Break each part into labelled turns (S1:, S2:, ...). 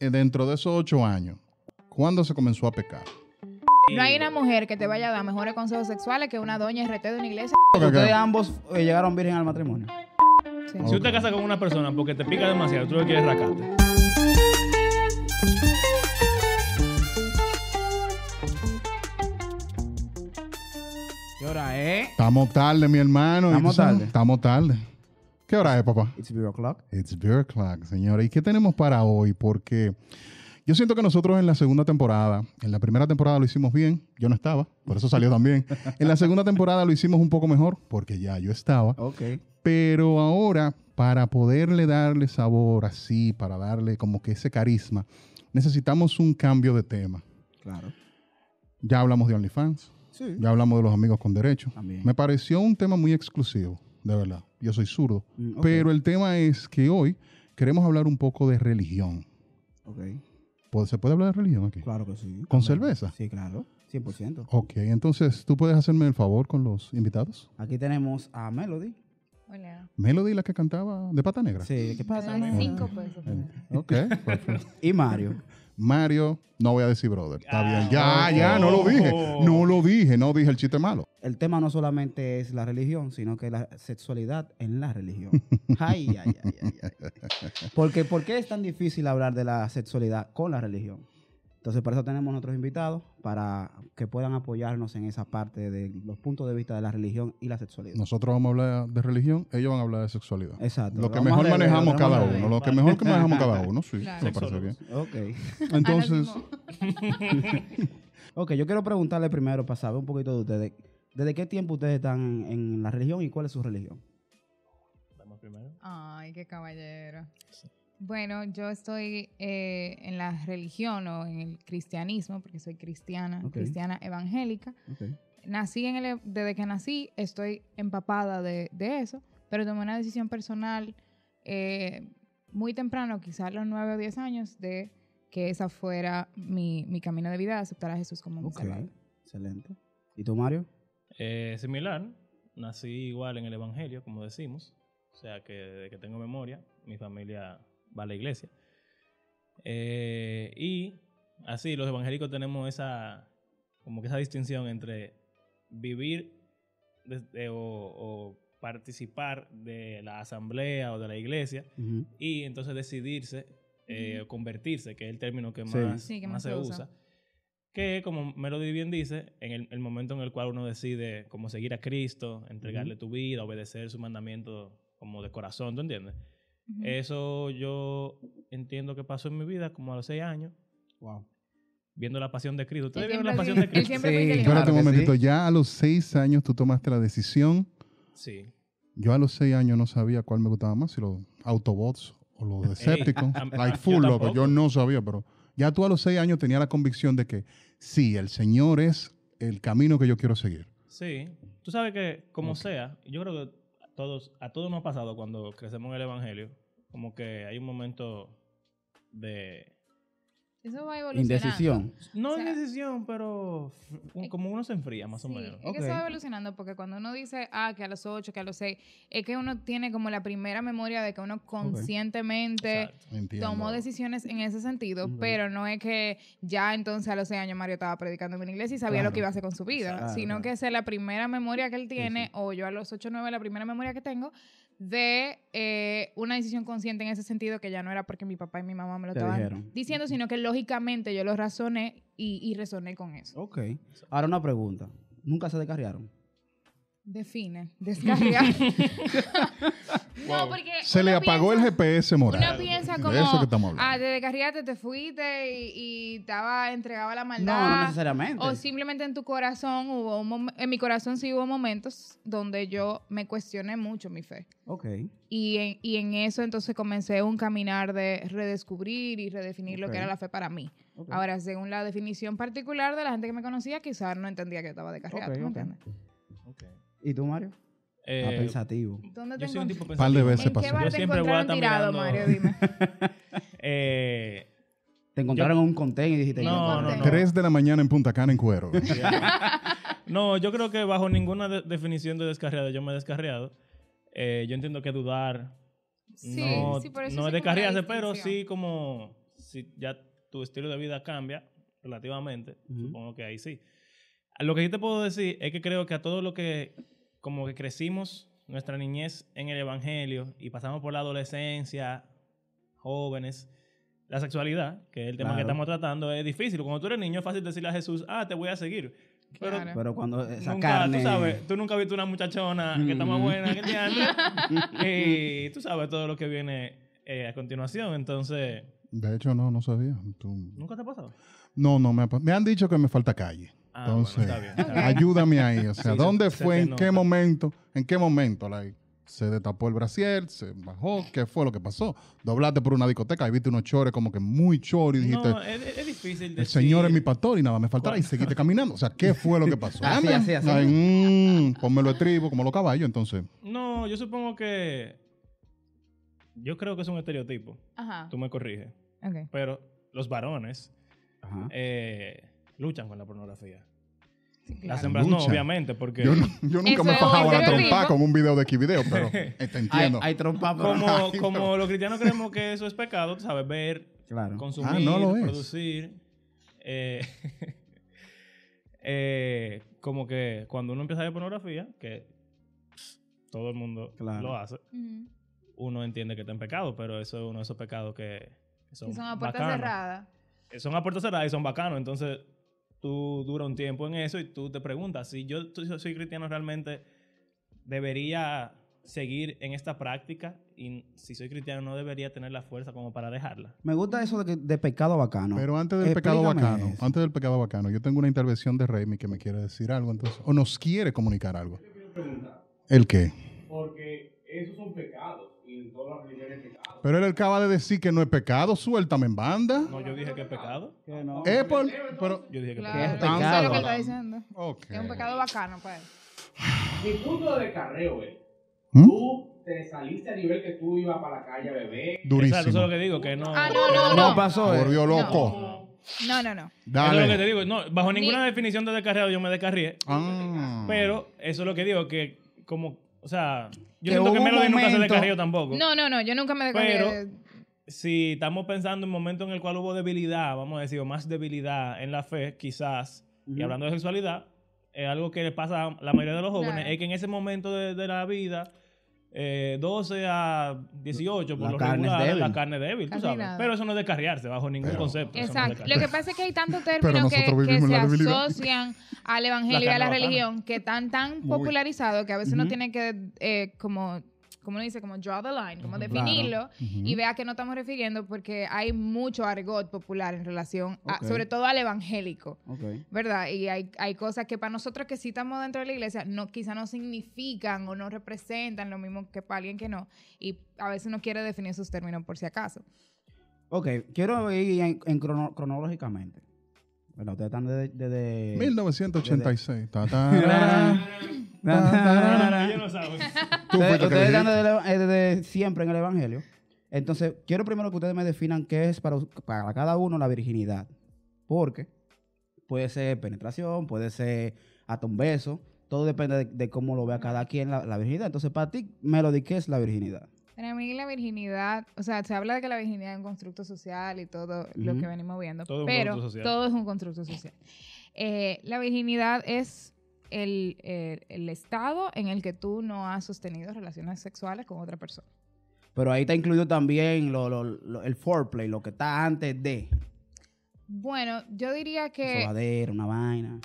S1: eh, dentro de esos ocho años, ¿cuándo se comenzó a pecar?
S2: No hay una mujer que te vaya a dar mejores consejos sexuales que una doña RT de una iglesia.
S3: Ustedes ambos eh, llegaron virgen al matrimonio.
S2: Sí.
S1: No.
S4: Si usted casa con una persona porque te pica demasiado, tú le quieres racarte.
S3: ¿Qué hora es?
S1: Estamos tarde, mi hermano. ¿y
S3: Estamos
S1: tú sabes?
S3: tarde.
S1: Estamos tarde. ¿Qué hora es, papá?
S3: It's beer o'clock.
S1: It's Beer O'Clock, señores. ¿Y qué tenemos para hoy? Porque yo siento que nosotros en la segunda temporada, en la primera temporada lo hicimos bien, yo no estaba, por eso salió también. En la segunda temporada lo hicimos un poco mejor, porque ya yo estaba.
S3: Ok.
S1: Pero ahora, para poderle darle sabor así, para darle como que ese carisma, necesitamos un cambio de tema.
S3: Claro.
S1: Ya hablamos de OnlyFans,
S3: Sí.
S1: ya hablamos de los amigos con derecho.
S3: También.
S1: Me pareció un tema muy exclusivo, de verdad. Yo soy zurdo.
S3: Mm, ok,
S1: Pero el tema es que hoy queremos hablar un poco de religión.
S3: ok.
S1: Pues, ¿Se puede hablar de religión aquí?
S3: Claro que sí.
S1: ¿Con
S3: Claro.
S1: cerveza?
S3: Sí, claro. 100%.
S1: Ok, entonces, ¿tú puedes hacerme el favor con los invitados?
S3: Aquí tenemos a Melody.
S2: Hola.
S1: Melody, la que cantaba de pata negra.
S3: Sí, ¿qué pasa?
S2: Me dan
S3: Melody?
S2: cinco pesos.
S1: Ok, perfecto.
S3: Y Mario.
S1: Mario, no voy a decir brother. Está bien. Ya,
S4: Ah,
S1: ya, no lo dije.
S4: oh.
S1: No lo dije, no dije el chiste malo.
S3: El tema no solamente es la religión, sino que la sexualidad en la religión. Ay, ay, ay, ay, ay. Porque, ¿Por qué es tan difícil hablar de la sexualidad con la religión? Entonces, para eso tenemos nuestros invitados, para que puedan apoyarnos en esa parte de los puntos de vista de la religión y la sexualidad.
S1: Nosotros vamos a hablar de religión, ellos van a hablar de sexualidad.
S3: Exacto.
S1: Lo que
S3: Vamos a
S1: mejor
S3: leer,
S1: manejamos
S3: vamos a
S1: cada
S3: leer.
S1: uno, lo que
S4: Vale.
S1: mejor que manejamos cada uno, sí,
S2: Claro.
S1: me parece bien.
S4: Sexólogos.
S3: Ok.
S1: Entonces,
S2: Anónimo.
S3: Ok, yo quiero preguntarle primero, para saber un poquito de ustedes, ¿desde qué tiempo ustedes están en la religión y cuál es su religión?
S4: Vamos primero.
S2: Ay, qué caballero. Bueno, yo estoy eh, en la religión o en el cristianismo, porque soy cristiana,
S3: Ok.
S2: cristiana evangélica.
S3: Ok.
S2: Nací en el, ev- desde que nací, estoy empapada de, de eso, pero tomé una decisión personal eh, muy temprano, quizás a los 9 o 10 años, de que esa fuera mi, mi camino de vida, aceptar a Jesús como mi
S3: Ok,
S2: salvador.
S3: excelente. ¿Y tú, Mario?
S4: Eh, similar, nací igual en el Evangelio, como decimos. O sea, que desde que tengo memoria, mi familia va a la iglesia. Eh, y así, los evangélicos tenemos esa, como que esa distinción entre vivir desde- o, o participar de la asamblea o de la iglesia
S3: Ujú.
S4: y entonces decidirse eh, convertirse, que es el término que
S3: Sí.
S4: más,
S2: Sí, que
S4: más
S2: más
S4: se
S2: se
S4: usa. Que como Melody bien dice, en el, el momento en el cual uno decide como seguir a Cristo, entregarle tu vida, obedecer su mandamiento como de corazón, ¿tú entiendes?
S2: Ujú.
S4: Eh, Eso yo entiendo que pasó en mi vida como a los seis años,
S3: Wow.
S4: viendo la pasión de Cristo. ¿Ustedes
S2: Él
S4: vieron la
S2: siempre
S4: pasión
S2: dice-
S4: de
S2: él
S4: Cristo?
S2: Siempre fui
S3: Sí,
S2: inteligente.
S1: espérate
S3: claro
S1: un
S3: que
S1: momentito,
S3: sí.
S1: ya a los seis años tú tomaste la decisión.
S4: Sí.
S1: Yo a los seis años no sabía cuál me gustaba más, si los Autobots o los Decepticons.
S4: a- a-
S1: like
S4: yo
S1: full, loco. Yo
S4: tampoco.
S1: no sabía, pero ya tú a los seis años tenías la convicción de que sí, el Señor es el camino que yo quiero seguir.
S4: Sí, tú sabes que como sea, yo creo que a todos, a todos nos ha pasado cuando crecemos en el Evangelio, como que hay un momento de...
S2: Eso va evolucionando.
S3: Indecisión.
S4: No
S2: O sea, eh,
S4: indecisión, pero un- como uno se enfría más o
S2: Sí,
S4: menos.
S2: Es que
S3: Ok.
S2: eso va evolucionando porque cuando uno dice, ah, que a los 8, que a los 6, es que uno tiene como la primera memoria de que uno conscientemente
S4: Exacto.
S1: Entiendo.
S2: tomó decisiones en ese sentido,
S3: Ujú.
S2: pero no es que ya entonces a los 6 años Mario estaba predicando en una iglesia y sabía
S3: Claro.
S2: lo que iba a hacer con su vida,
S3: Claro,
S2: sino
S3: claro.
S2: que esa es la primera memoria que él tiene,
S3: sí.
S2: o yo a los 8 o 9 la primera memoria que tengo de eh, una decisión consciente en ese sentido que ya no era porque mi papá y mi mamá me lo
S3: Te
S2: estaban
S3: dijeron.
S2: diciendo, sino que lógicamente yo lo razoné y, y resoné con eso.
S3: Ok. Ahora una pregunta. ¿Nunca se descarriaron?
S2: Define, descargar. no, porque
S1: Se le
S2: uno
S1: apagó el
S2: piensa-
S1: GPS moral.
S2: Uno piensa como,
S1: De eso que estamos hablando.
S2: ah, te descarriaste, te fuiste y, y estaba entregado a la
S3: No, no
S2: maldad.
S3: necesariamente.
S2: o simplemente en tu corazón hubo un mom- en mi corazón sí hubo momentos donde yo me cuestioné mucho mi fe.
S3: Ok.
S2: Y en, y en eso entonces comencé un caminar de redescubrir y redefinir lo
S3: Ok.
S2: que era la fe para mí.
S3: ok.
S2: Ahora, según la definición particular de la gente que me conocía, quizás no entendía que yo estaba descarriada.
S3: Ok,
S2: ¿tú me
S3: ok.
S2: entiendes?
S4: Ok.
S3: ¿Y tú, Mario?
S4: Eh,
S3: Está pensativo.
S2: ¿Dónde te
S4: yo soy un
S2: encontré?
S4: tipo pensativo.
S1: Ah, Par de veces
S2: ¿En qué
S1: pasó.
S2: bar
S4: Yo
S2: te
S4: siempre voy a
S2: encontraron tirado,
S4: estar mirando-
S2: Mario? Dime.
S4: Eh,
S3: ¿Te encontraron en un contén y dijiste...
S4: No,
S3: yo-
S2: no, no.
S1: Tres de la mañana en Punta Cana en cuero.
S4: no, yo creo que bajo ninguna de- definición de descarriado yo me he descarriado. Eh, yo entiendo que dudar
S2: Sí,
S4: no,
S2: sí, por eso
S4: no
S2: hice
S4: es
S2: como la
S4: descarriarse, pero
S2: distinción.
S4: sí como si ya tu estilo de vida cambia relativamente,
S3: Ujú.
S4: supongo que ahí sí. Lo que sí te puedo decir es que creo que a todo lo que como que crecimos nuestra niñez en el Evangelio y pasamos por la adolescencia, jóvenes, la sexualidad, que es el tema que
S3: Claro.
S4: estamos tratando, es difícil. Cuando tú eres niño es fácil decirle a Jesús, ah, te voy a seguir. Pero
S2: Claro.
S3: Pero cuando esa
S4: nunca,
S3: carne.
S4: tú sabes, tú nunca has visto una muchachona que está más
S3: Mm.
S4: buena que diantre. y tú sabes todo lo que viene eh, a continuación. Entonces,
S1: De hecho, no, no sabía. Tú-
S4: ¿nunca te ha pasado?
S1: No, no, me, ha pa- me han dicho que me falta calle.
S4: Ah,
S1: Entonces,
S4: bueno, está bien. está bien.
S1: Ayúdame ahí. O sea,
S4: Sí, se-
S1: ¿dónde
S4: se
S1: fue?
S4: te
S1: ¿En qué
S4: nota.
S1: momento? ¿En qué momento? like, se destapó el brasier, se bajó. ¿Qué fue lo que pasó? Doblaste por una discoteca y viste unos chores como que muy choros y dijiste,
S4: No, es, es- es difícil
S1: el
S4: decir.
S1: señor es mi pastor y nada, me faltará y seguiste caminando. O sea, ¿qué fue lo que pasó?
S3: Así,
S1: Dame.
S3: así, así.
S1: Ay, mm, pónmelo estribo, como los caballos, entonces.
S4: No, yo supongo que... Yo creo que es un estereotipo.
S2: Ajá.
S4: Tú me corriges.
S2: Ok.
S4: Pero los varones
S3: Ajá.
S4: eh, luchan con la pornografía.
S2: Sí,
S4: Las
S2: claro.
S4: hembras no,
S1: Luchan.
S4: obviamente, porque...
S1: Yo, no- yo nunca
S2: Eso
S1: me he
S2: es
S1: bajado
S2: un
S1: la
S2: estereotipo.
S1: trompa con un video de Xvideo, pero eh, te
S3: Hay,
S1: entiendo.
S3: hay trompa por
S4: Como, como los cristianos creemos que eso es pecado, tú sabes, ver
S3: Claro.
S4: consumir,
S1: Ah, no lo es.
S4: producir. eh, eh, como que cuando uno empieza a ver pornografía, que pss, todo el mundo
S3: Claro.
S4: lo hace,
S2: Ujú.
S4: uno entiende que está en pecado, pero eso es uno de esos pecados que, que son,
S2: Que son a puerta
S4: bacanos.
S2: cerrada.
S4: Eh, Son a puerta cerrada y son bacanos. Entonces tú dura un tiempo en eso y tú te preguntas, si yo t- soy cristiano realmente, ¿debería seguir en esta práctica? Y si soy cristiano, ¿no debería tener la fuerza como para dejarla?
S3: Me gusta eso de, que- de pecado bacano.
S1: Pero antes del
S3: Explícame
S1: pecado bacano,
S3: eso.
S1: antes del pecado bacano, yo tengo una intervención de Raimi que me quiere decir algo, entonces, o nos quiere comunicar algo. ¿El qué?
S5: Porque esos son pecados y en todas las religiones hay pecados.
S1: Pero él acaba de decir que no es pecado, suéltame en banda.
S4: No, yo dije que es pecado.
S3: Que no.
S1: Eh, por- pero,
S4: Yo dije que
S2: Claro.
S4: pecado.
S3: es
S2: Eso es lo
S3: pecado.
S2: que está diciendo.
S1: ok.
S2: Que es un pecado bacano, pues.
S5: Mi punto de carreo es,
S1: ¿Mm?
S5: tú te saliste a nivel que tú ibas para la calle a beber.
S1: Durísimo.
S4: Exacto, eso es lo que digo, que no.
S2: Ah, no, no,
S3: No
S2: no.
S3: pasó. eh.
S1: Volvió loco.
S2: No, no, no.
S4: Eso es lo que
S1: Dale.
S4: te digo. No, bajo ninguna
S2: Ni-
S4: definición de descarriado yo me descarrié.
S1: Ah.
S4: Pero eso es lo que digo, que como, o sea,
S3: Que
S4: yo siento
S3: hubo
S4: que
S3: un
S4: Melody nunca se
S3: momento-
S4: descarrió tampoco.
S2: No, no, no. Yo nunca me dejé
S4: Pero-
S2: de-
S4: Si estamos pensando en un momento en el cual hubo debilidad, vamos a decir, o más debilidad en la fe, quizás, y
S3: Ujú.
S4: hablando de sexualidad, es algo que le pasa a la mayoría de los jóvenes,
S2: Claro.
S4: es que en ese momento de, de la vida, eh, 12 a 18, por
S3: La
S4: lo
S3: carne es
S4: regular,
S3: débil.
S4: la carne es débil, tú
S2: Casi
S4: sabes.
S2: nada.
S4: Pero eso no es descarriarse bajo ningún
S1: Pero-
S4: concepto. eso no es
S2: Exacto. Lo
S4: descarriarse.
S2: que pasa es que hay tantos
S1: Pero
S2: términos que,
S1: nosotros
S2: que
S1: vivimos
S2: se
S1: la debilidad.
S2: asocian al evangelio y a
S4: carne
S2: la
S4: bacana.
S2: religión que están tan
S1: Muy.
S2: popularizados que a veces uno
S3: Ujú.
S2: tiene que, eh, como, como uno dice, como draw the line, como
S4: Ujú.
S2: definirlo
S1: Ujú.
S2: y vea que no estamos refiriendo porque hay mucho argot popular en relación, a-
S3: Ok.
S2: sobre todo al evangélico.
S3: Ok.
S2: ¿Verdad? Y hay, hay cosas que para nosotros que sí estamos dentro de la iglesia, no, quizá no significan o no representan lo mismo que para alguien que no. Y a veces uno quiere definir sus términos por si acaso.
S3: Ok, quiero ir en, en crono- cronológicamente. Bueno, ustedes están desde. desde-
S1: 1986. Ta, ta, ra.
S4: Ellos
S3: Ustedes
S4: no saben.
S1: Tú fuiste que
S3: ustedes están
S1: dijiste.
S3: desde, el- eh, desde siempre en el Evangelio. Entonces, quiero primero que ustedes me definan qué es para, us- para cada uno la virginidad. Porque puede ser penetración, puede ser hasta un beso. Todo depende de, de cómo lo vea cada quien la, la virginidad. Entonces, para ti, Melody, ¿qué es la virginidad?
S2: Para mí la virginidad, o sea, se habla de que la virginidad es un constructo social y todo lo
S3: Ujú.
S2: que venimos viendo,
S4: Todo un
S2: pero
S4: constructo social.
S2: todo es un constructo social. Eh, la virginidad es el, el- el estado en el que tú no has sostenido relaciones sexuales con otra persona.
S3: Pero ahí está incluido también lo- lo- lo- el foreplay, lo que está antes de.
S2: Bueno, yo diría
S3: Un
S2: que
S3: sobadero, una vaina.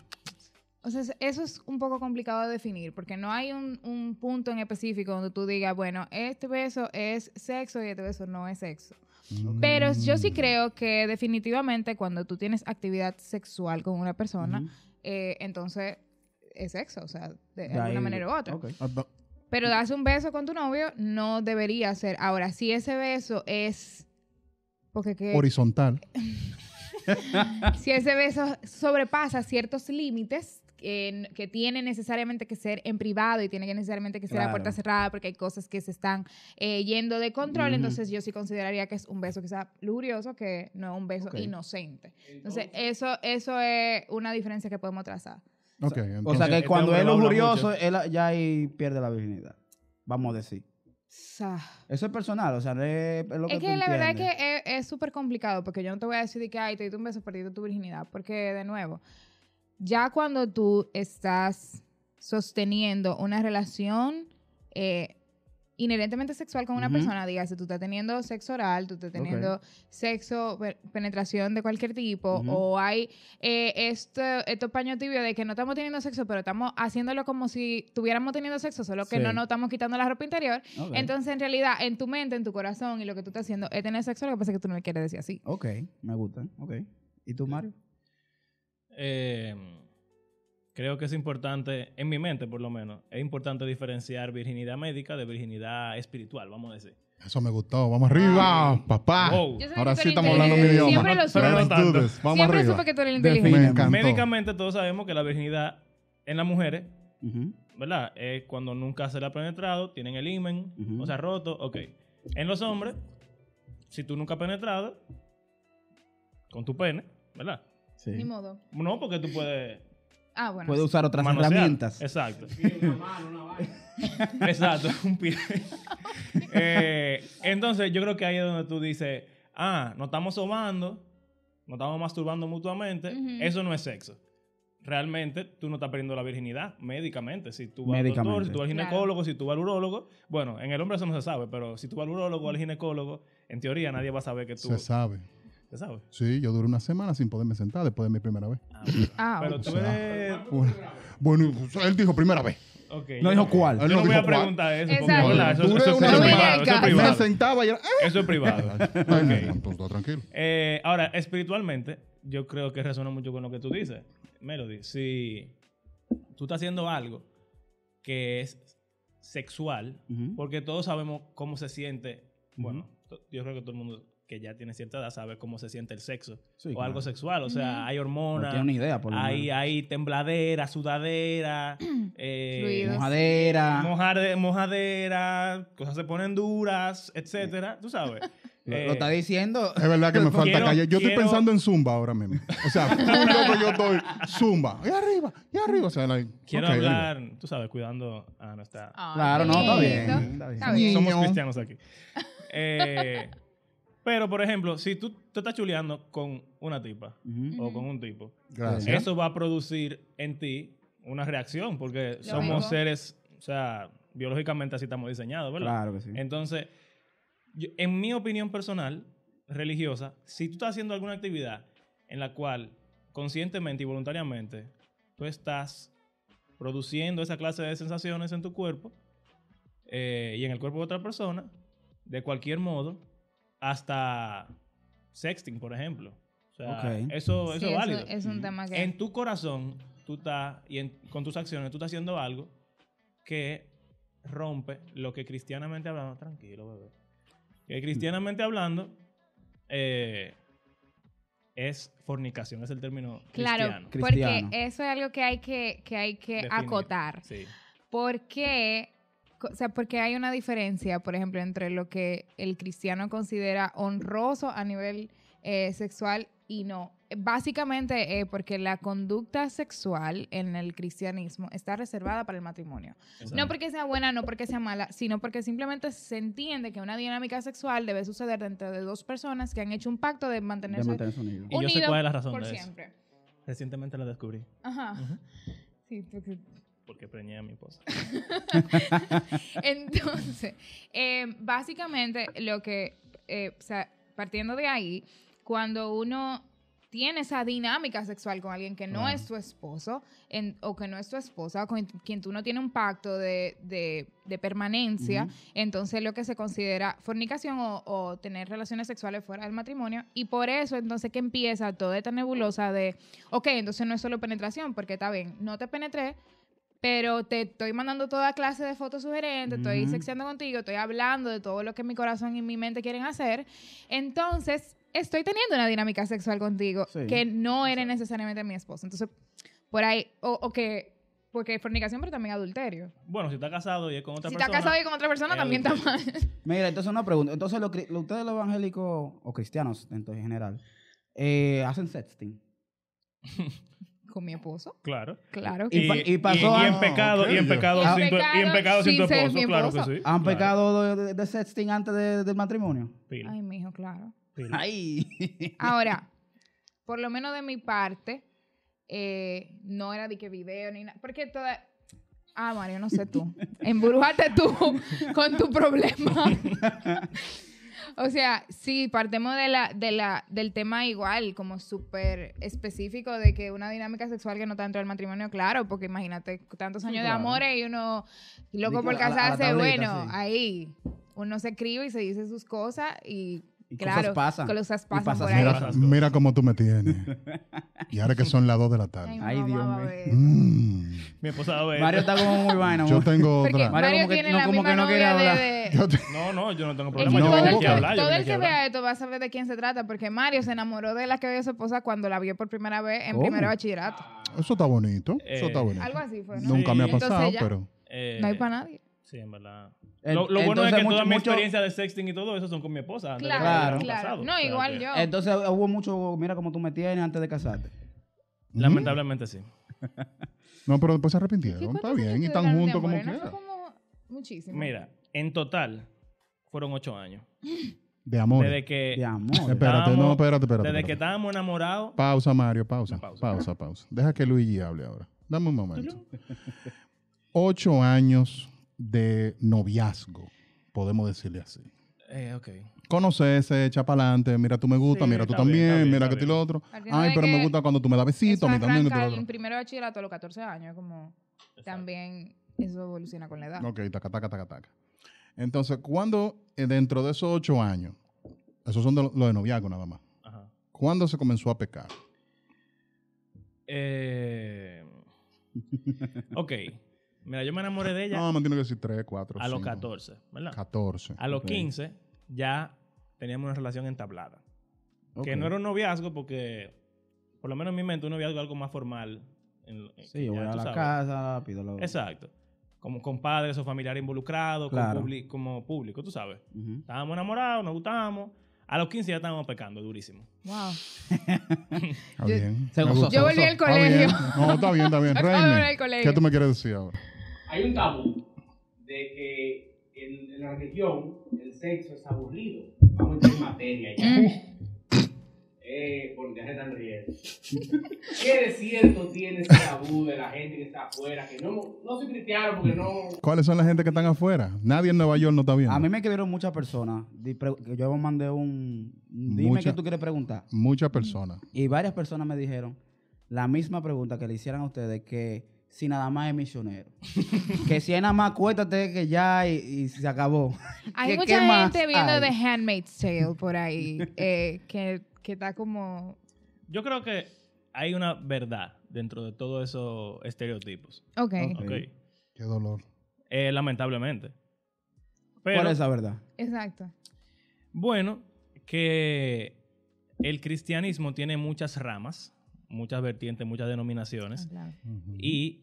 S2: O sea, es- eso es un poco complicado de definir, porque no hay un, un punto en específico donde tú digas, bueno, este beso es sexo y este beso no es sexo.
S1: Mm.
S2: Pero
S3: Mm.
S2: yo sí creo que definitivamente cuando tú tienes actividad sexual con una persona,
S3: Ujú.
S2: eh, entonces es sexo, o sea, eh, de,
S3: De
S2: alguna
S3: ahí-
S2: manera u otra.
S3: ok.
S1: Ah, no.
S2: Pero darse un beso con tu novio no debería ser. Ahora, si ese beso es... Porque que,
S1: Horizontal.
S2: si ese beso sobrepasa ciertos límites que, n- que tiene necesariamente que ser en privado y tiene que necesariamente que ser a puerta
S3: Claro.
S2: cerrada porque hay cosas que se están eh, yendo de control,
S3: Ujú.
S2: entonces yo sí consideraría que es un beso quizá lujurioso que no es un beso
S3: Ok.
S2: inocente. Entonces, eso, eso es una diferencia que podemos trazar.
S1: Ok,
S3: O
S1: entonces-
S3: sea que
S4: este
S3: cuando
S4: hombre
S3: él
S4: no
S3: es
S4: habla
S3: lujurioso,
S4: mucho.
S3: él ya ahí pierde la virginidad. Vamos a decir.
S2: Sa-
S3: Eso es personal, o sea, no es es lo que
S2: Es
S3: tú
S2: que la verdad es que
S3: entiendes.
S2: es- es súper complicado porque yo no te voy a decir de que ay, te di un beso, perdiste tu virginidad. Porque, de nuevo, ya cuando tú estás sosteniendo una relación eh, inherentemente sexual con una
S3: Ujú.
S2: persona, dígase, tú estás teniendo sexo oral, tú estás teniendo sexo, pe- penetración de cualquier tipo,
S3: Ujú.
S2: o hay eh, esto, estos paños tibios de que no estamos teniendo sexo, pero estamos haciéndolo como si tuviéramos teniendo sexo, solo que
S3: Sí.
S2: no nos estamos quitando la ropa interior.
S3: Ok.
S2: Entonces, en realidad, en tu mente, en tu corazón y lo que tú estás haciendo es tener sexo, lo que pasa es que tú no le quieres decir así.
S3: Ok, me gusta. Ok. ¿Y tú, Mario?
S4: Eh, creo que es importante, en mi mente por lo menos, es importante diferenciar virginidad médica de virginidad espiritual, vamos a decir.
S1: Eso me gustó. Vamos arriba, papá.
S4: Wow.
S2: Yo soy
S1: Ahora
S2: súper
S1: sí estamos
S2: inteligente.
S1: hablando mi idioma.
S2: Siempre lo
S1: Let's
S2: supe.
S4: Pero-
S1: do this. Vamos
S2: Siempre
S1: arriba.
S2: supe que tú eres
S3: Define.
S1: Me
S2: inteligente.
S1: encantó.
S4: Médicamente todos sabemos que la virginidad en las mujeres,
S3: Ujú.
S4: ¿verdad? Es cuando nunca se la ha penetrado, tienen el imen,
S3: Ujú.
S4: o sea, roto, ok. En los hombres, si tú nunca has penetrado, con tu pene, ¿verdad?
S3: Sí.
S2: Ni modo.
S4: No, porque tú puedes...
S2: Ah, bueno.
S3: Puede usar otras
S4: manosear.
S3: herramientas.
S4: Exacto.
S5: Tiene una mano, una vaina.
S4: Exacto, un pie. Eh, entonces, yo creo que ahí es donde tú dices, ah, nos estamos sobando, nos estamos masturbando mutuamente,
S2: Ujú.
S4: eso no es sexo. Realmente, tú no estás perdiendo la virginidad médicamente. Si tú vas al doctor,
S3: Médicamente.
S4: si tú vas al
S2: Claro.
S4: ginecólogo, si tú vas al urólogo, bueno, en el hombre eso no se sabe, pero si tú vas al urólogo o al ginecólogo, en teoría nadie va a saber que tú...
S1: Se sabe.
S4: ¿Se sabe?
S1: Sí, yo duré una semana sin poderme sentar después de mi primera vez.
S4: Ah, bueno.
S2: Ah,
S4: pero
S2: ok.
S4: tú eres...
S1: Bueno, bueno, él dijo primera vez.
S4: ok,
S3: No
S4: ya.
S3: dijo cuál.
S4: Yo
S1: Él
S4: no
S1: no
S4: voy
S1: dijo
S4: a
S1: cuál.
S4: preguntar eso, porque,
S2: Exacto.
S4: ¿verdad? Ah, Eso-
S1: Duré
S4: eso- eso
S1: una
S4: es
S2: semana.
S4: privado, eso es
S2: Me
S1: Me
S4: privado.
S1: sentaba y era. "Ah".
S4: Eso es privado.
S1: Bueno, pues, está tranquilo.
S4: Eh, ahora, espiritualmente, yo creo que resuena mucho con lo que tú dices, Melody. Si tú estás haciendo algo que es sexual,
S3: Ujú.
S4: porque todos sabemos cómo se siente, bueno,
S3: Ujú.
S4: to- yo creo que todo el mundo que ya tiene cierta edad sabe cómo se siente el sexo
S3: Sí,
S4: o
S3: claro.
S4: algo sexual, o
S2: Ujú.
S4: sea, hay
S3: No
S4: hormonas,
S3: tiene una idea, por lo
S4: hay,
S3: menos.
S4: hay tembladera, sudadera, eh,
S2: Fluidos.
S3: Mojadera.
S4: mojar- mojadera, cosas se ponen duras, etcétera, tú sabes.
S3: Lo,
S4: Eh,
S3: lo está diciendo.
S1: Es verdad que me falta
S4: Quiero-
S1: calle. Yo
S4: quiero-
S1: estoy pensando en Zumba ahora mismo. O sea, full loco, yo estoy Zumba. Y arriba, y arriba. O sea, like,
S4: Quiero
S1: ok,
S4: hablar, tú sabes, cuidando a nuestra...
S2: Ah,
S3: Claro, no, está bien.
S2: lindo.
S3: Está bien.
S2: Está bien.
S4: Somos
S1: Niño.
S4: cristianos aquí. Eh, pero, por ejemplo, si tú te estás chuleando con una tipa
S3: Ujú.
S4: o con un tipo,
S1: Gracias.
S4: eso va a producir en ti una reacción porque somos
S2: Lógico.
S4: seres, o sea, biológicamente así estamos diseñados, ¿verdad?
S3: Claro que sí.
S4: Entonces, yo- en mi opinión personal, religiosa, si tú estás haciendo alguna actividad en la cual conscientemente y voluntariamente tú estás produciendo esa clase de sensaciones en tu cuerpo eh, y en el cuerpo de otra persona, de cualquier modo, hasta sexting, por ejemplo. O sea,
S3: Ok.
S4: eso,
S2: Sí,
S4: eso es válido.
S2: es un tema que...
S4: En tu corazón, tú estás, y en- con tus acciones, tú estás haciendo algo que rompe lo que cristianamente hablando, tranquilo, bebé. Que cristianamente hablando, eh, es fornicación, es el término
S2: Claro,
S4: cristiano.
S3: Cristiano.
S2: porque eso es algo que hay que, que, hay que
S4: Definir.
S2: acotar.
S4: Sí.
S2: porque O sea, porque hay una diferencia, por ejemplo, entre lo que el cristiano considera honroso a nivel eh, sexual y no. Básicamente eh, porque la conducta sexual en el cristianismo está reservada para el matrimonio.
S4: exacto.
S2: No porque sea buena, no porque sea mala, sino porque simplemente se entiende que una dinámica sexual debe suceder dentro de dos personas que han hecho un pacto de
S3: De
S2: mantenerse
S3: mantener sonido.
S4: Y yo sé
S2: unidos
S4: cuál es la razón
S2: por
S4: de eso.
S2: siempre.
S4: Recientemente la descubrí
S2: Ajá.
S4: Ujú.
S2: Sí, porque
S4: porque preñé a mi esposa.
S2: Entonces, eh, básicamente lo que, eh, o sea, partiendo de ahí, cuando uno tiene esa dinámica sexual con alguien que no
S3: Claro.
S2: es tu esposo en- o que no es tu esposa, o con quien tú no tienes un pacto de, de- de permanencia,
S3: Ujú.
S2: entonces lo que se considera fornicación o, o tener relaciones sexuales fuera del matrimonio, y por eso entonces que empieza toda esta nebulosa de, ok, entonces no es solo penetración, porque está bien, no te penetré, pero te estoy mandando toda clase de fotos sugerentes, estoy
S3: Ujú.
S2: sexeando contigo, estoy hablando de todo lo que mi corazón y mi mente quieren hacer. Entonces, estoy teniendo una dinámica sexual contigo
S3: Sí.
S2: que no era necesariamente mi esposo. Entonces, por ahí, o, o que, porque fornicación, pero también adulterio.
S4: Bueno, si está casado y es con otra
S2: si
S4: persona.
S2: estás casado y con otra persona,
S4: es
S2: también está mal.
S3: Mira, entonces una pregunta. Entonces, lo cri- lo- ustedes los evangélicos o cristianos entonces, en general eh, hacen sexting.
S2: con mi esposo.
S4: Claro.
S2: Claro que
S4: Y,
S2: sí.
S3: pa- y pasó
S4: y- y en
S3: a-
S4: pecado, y en
S1: ok.
S4: pecado,
S2: En
S4: sin, tu, y en
S2: pecado
S4: pecado sin tu
S2: sin ser mi
S4: esposo, claro que
S2: esposo.
S4: sí.
S3: ¿Han
S4: Claro.
S3: pecado de, de- de sexting antes de- del matrimonio?
S4: Pila,
S2: Ay, mijo, claro.
S4: pila.
S3: Ay.
S2: Ahora, por lo menos de mi parte, eh, no era de que video ni nada. Porque toda. Ah, Mario, no sé tú. Embrujate tú con tu problema. o sea, sí, partimos de la, de la, del tema igual, como súper específico de que una dinámica sexual que no está dentro del matrimonio, claro, porque imagínate tantos años
S3: claro.
S2: de amores y uno
S3: Di
S2: loco
S3: que
S2: por
S3: a la- a la
S2: casarse,
S3: tableta,
S2: bueno,
S3: sí.
S2: ahí uno se escribe y se dice sus cosas y,
S3: Y cosas
S2: claro,
S3: pasan.
S2: cosas
S3: Y
S2: pasan
S3: pasan
S2: por ahí.
S1: Mira,
S4: Esas cosas.
S1: mira cómo tú me tienes. Y ahora que son las 2 de la
S2: Ay,
S1: tarde.
S2: mi
S3: Ay,
S2: mamá
S3: Dios
S2: va a
S3: mío.
S2: ver.
S1: Mm.
S4: Mi esposa va a ver.
S3: Mario está como muy vaina.
S1: Yo
S3: muy-
S1: tengo
S2: Porque
S1: otra.
S2: Mario,
S3: Mario como que
S2: tiene
S3: no-
S2: la
S3: como que
S2: misma
S3: no quiere
S2: novia
S3: hablar.
S2: de... de-
S1: Yo te-
S4: No, no, yo no tengo
S2: Es que
S4: problema.
S1: No,
S4: yo
S2: todo
S4: vine
S2: el
S4: aquí
S2: que,
S4: a hablar, yo
S2: todo
S4: vine
S2: el
S4: aquí
S2: que
S4: a hablar.
S2: vea esto va a saber de quién se trata, porque Mario se enamoró de la que había su esposa cuando la vio por primera vez en
S3: ¿Cómo?
S2: primero de bachillerato.
S1: Eso está bonito. Eso
S4: Eh,
S1: está bonito.
S2: Algo así fue, ¿no?
S1: Nunca me ha
S2: Entonces
S1: pasado,
S2: ya
S1: pero.
S4: Eh,
S2: No hay para nadie.
S4: Sí, en verdad.
S3: En-
S4: lo lo bueno es
S3: entonces
S4: que toda mi
S3: mucho-
S4: experiencia de sexting y todo eso son con mi esposa. antes de que
S2: Claro,
S4: me hubiera
S2: claro.
S4: casado.
S2: No,
S4: O sea
S2: igual
S4: que-
S2: yo.
S3: Entonces eh, hubo mucho, mira cómo tú me tienes antes de casarte.
S4: Lamentablemente sí.
S1: No, pero después se
S2: ¿Qué
S1: arrepintieron. Está
S2: cuántos años
S1: bien. Y
S2: duraron
S1: están
S2: de
S1: juntos como
S2: amores? No fue
S1: quiera.
S2: como muchísimo.
S4: Mira, en total fueron ocho años.
S1: De amor.
S4: Desde que,
S3: De amor.
S1: Espérate,
S4: estábamos-
S1: no, espérate, espérate.
S4: desde
S1: espérate.
S4: que estábamos enamorados.
S1: Pausa, Mario, pausa.
S4: Una
S1: Pausa,
S4: pausa.
S1: pausa, Deja que Luigi hable ahora. Dame un momento. Ocho años de noviazgo, podemos decirle así.
S4: Eh, ok.
S1: Conocerse, echa pa'lante, mira tú me gusta,
S4: Sí,
S1: mira tú
S4: está bien,
S1: también,
S4: está bien,
S1: mira
S4: está
S1: que tú y
S4: bien.
S1: lo otro.
S2: Partiendo
S1: Ay,
S2: de
S1: pero me
S2: que
S1: gusta cuando tú me das
S2: Eso
S1: besito, a mí también. y tú
S2: arranca
S1: lo
S2: en
S1: otro.
S2: primero de bachillerato a los 14 años, como también eso evoluciona con la edad.
S1: Ok, taca, taca, taca, taca. Entonces, cuando dentro de esos ocho años, esos son de lo, lo de noviazgo nada más,
S4: Ajá.
S1: ¿cuándo se comenzó a pecar?
S4: Eh, ok. Mira, yo me enamoré de ella
S1: No, me entiendo que decir tres, cuatro,
S4: a los
S1: cinco,
S4: 14, ¿verdad?
S1: 14.
S4: A los
S1: ok.
S4: 15 ya teníamos una relación entablada. Que no era un noviazgo porque, por lo menos en mi mente, un noviazgo es algo más formal. en- en-
S3: Sí,
S4: ya
S3: voy a
S4: tú
S3: la
S4: sabes.
S3: casa, pido la...
S4: Exacto. Como con padres o familiares involucrados, con
S3: Claro.
S4: publi- como público, tú sabes.
S3: Ujú.
S4: Estábamos enamorados, nos gustábamos. A los 15 ya estábamos pecando durísimo.
S2: Wow.
S1: Está
S2: Yo-
S1: bien.
S3: Se
S1: Me
S3: gozó,
S1: gusta.
S3: se
S2: Yo volví
S3: gozó.
S2: al
S1: Está Ah, bien.
S2: colegio.
S1: No, está bien, está bien.
S2: Acabo de
S1: Raymond,
S2: volver al colegio.
S1: ¿qué tú me quieres decir ahora?
S5: Hay un tabú de que en, en la religión el sexo es aburrido. Vamos a entrar en materia ya. Eh, porque ya se están riendo. ¿Qué de cierto tiene ese tabú de la gente que está afuera? Que no, no soy cristiano porque no.
S1: ¿Cuáles son la gente que están afuera? Nadie en Nueva York no está viendo.
S3: A mí me escribieron muchas personas. di- pre- que Yo mandé un... Dime
S1: Mucha-
S3: qué tú quieres preguntar.
S1: Muchas personas.
S3: Y varias personas me dijeron la misma pregunta que le hicieran a ustedes, que si nada más es misionero. que si es nada más, cuéntate que ya y, y se acabó.
S2: Hay
S3: ¿Qué-
S2: mucha
S3: qué más
S2: gente viendo
S3: hay?
S2: The Handmaid's Tale por ahí, eh, que, que está como...
S4: Yo creo que hay una verdad dentro de todos esos estereotipos.
S2: Ok,
S3: Ok.
S4: Ok.
S1: Qué dolor.
S4: Eh, lamentablemente.
S3: ¿Cuál
S4: Pero,
S3: es la verdad?
S2: exacto.
S4: bueno, que el cristianismo tiene muchas ramas, muchas vertientes, muchas denominaciones.
S2: Ah, Claro.
S4: Y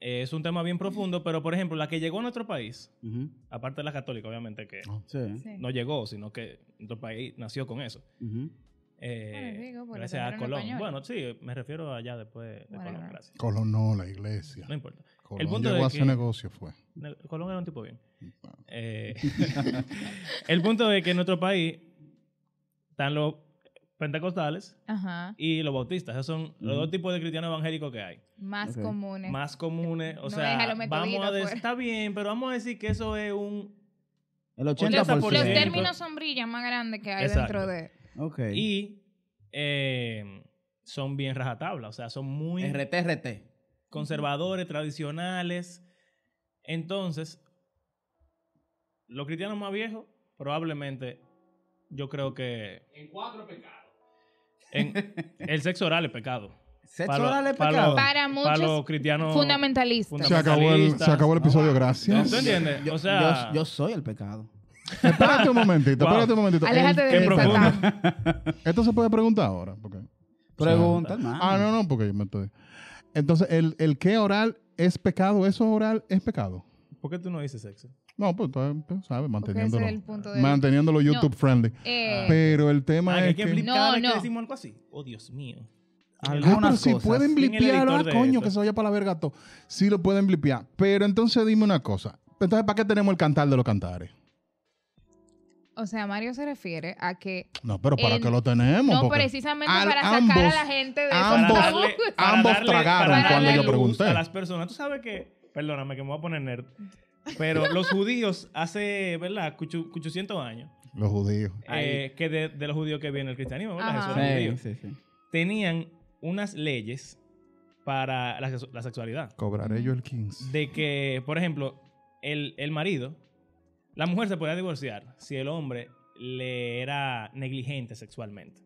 S4: eh, es un tema bien profundo, pero por ejemplo, la que llegó a nuestro país,
S3: Ujú.
S4: aparte de la católica, obviamente que
S3: Sí.
S2: Sí.
S4: no llegó, sino que nuestro país nació con eso.
S3: Ujú.
S4: Eh,
S2: Bueno, digo, porque
S4: gracias a
S2: también eran
S4: Colón.
S2: españoles.
S4: Bueno, sí, me refiero allá después de
S2: Whatever.
S4: Colón. Gracias.
S1: Colón no, la iglesia.
S4: No importa.
S1: Colón
S4: El punto
S1: llegó
S4: de
S1: a
S4: que-
S1: hacer negocio, fue.
S4: No, Colón era un tipo bien. Eh, el punto es que en nuestro país están los pentecostales
S2: Ajá.
S4: y los bautistas. Esos son los
S3: Ujú.
S4: dos tipos de cristianos evangélicos que hay.
S2: Más
S3: Ok.
S2: comunes.
S4: Más comunes. O
S2: No deja
S4: sea,
S2: los
S4: vamos a
S2: metodistas
S4: de-
S2: fuera.
S4: está bien, pero vamos a decir que eso es un...
S3: El
S4: 80%.
S3: 80%.
S2: Los
S4: Sí.
S2: términos sombrillas más grandes que hay dentro
S4: Exacto.
S2: de...
S3: Ok.
S4: Y eh, son bien rajatabla. O sea, son muy...
S3: RT, RT.
S4: conservadores, tradicionales. Entonces, los cristianos más viejos, probablemente, yo creo que
S5: En cuatro pecados.
S4: en- el sexo oral es pecado.
S3: Sexo
S4: Para lo-
S3: oral es
S4: para
S3: pecado.
S4: lo-
S2: Para
S4: Para
S2: muchos
S4: los cristianos...
S2: fundamentalistas.
S1: Se acabó, el,
S4: Fundamentalistas.
S1: se acabó el episodio, gracias.
S4: ¿Tú entiendes?
S3: Yo,
S4: o sea,
S3: yo, yo soy el pecado.
S1: Espérate un momentito,
S4: Wow.
S1: espérate un momentito. Este,
S2: Aléjate
S4: Qué
S2: de mí,
S4: profundo.
S2: Satán.
S1: Esto se puede preguntar ahora. Porque...
S3: Pregunta, hermano.
S1: Ah, no, no, porque yo me estoy. Entonces, el, el qué oral es pecado, eso oral es pecado.
S4: ¿por qué tú no dices sexo?
S1: No, pues, tú tú sabes,
S2: Porque ese
S1: manteniéndolo.
S2: es el punto de...
S1: Manteniéndolo YouTube friendly.
S2: Eh,
S1: Pero el tema
S4: Ah, que hay
S1: es
S4: que
S1: que.
S4: explicar
S2: No,
S4: cada vez que
S2: no.
S4: decimos algo así. Oh, Dios mío.
S1: Ah, pero
S3: Algunas
S1: si
S3: cosas.
S1: pueden
S4: ¿Quién es el
S1: blipear, ah,
S4: editor de
S1: coño,
S4: eso?
S1: que se vaya para la verga todo. Sí lo pueden blipear. Pero entonces dime una cosa. Entonces, ¿para qué tenemos el cantar de los cantares?
S2: O sea, Mario se refiere a que
S1: No, pero ¿para
S2: En-
S1: qué lo tenemos?
S2: no
S1: Porque
S2: precisamente
S1: al-
S2: para sacar
S1: ambos-
S2: a la gente de
S1: ambos-
S2: esos
S1: darle-
S2: tabúes.
S1: ambos tragaron
S2: cuando yo
S4: luz
S1: pregunté.
S4: A las personas, tú sabes que, perdóname que me voy a poner nerd, pero los judíos hace, ¿verdad? Cuchu- 800 años,
S1: los judíos.
S4: eh, que de, de los judíos que viene el cristianismo, ¿verdad?
S2: Ajá.
S4: Esos eran
S3: Sí,
S4: judíos.
S3: sí, sí.
S4: Tenían unas leyes para la, la sexualidad.
S1: Cobraré yo el 15.
S4: de que, por ejemplo, el, el marido, la mujer se podía divorciar si el hombre le era negligente sexualmente.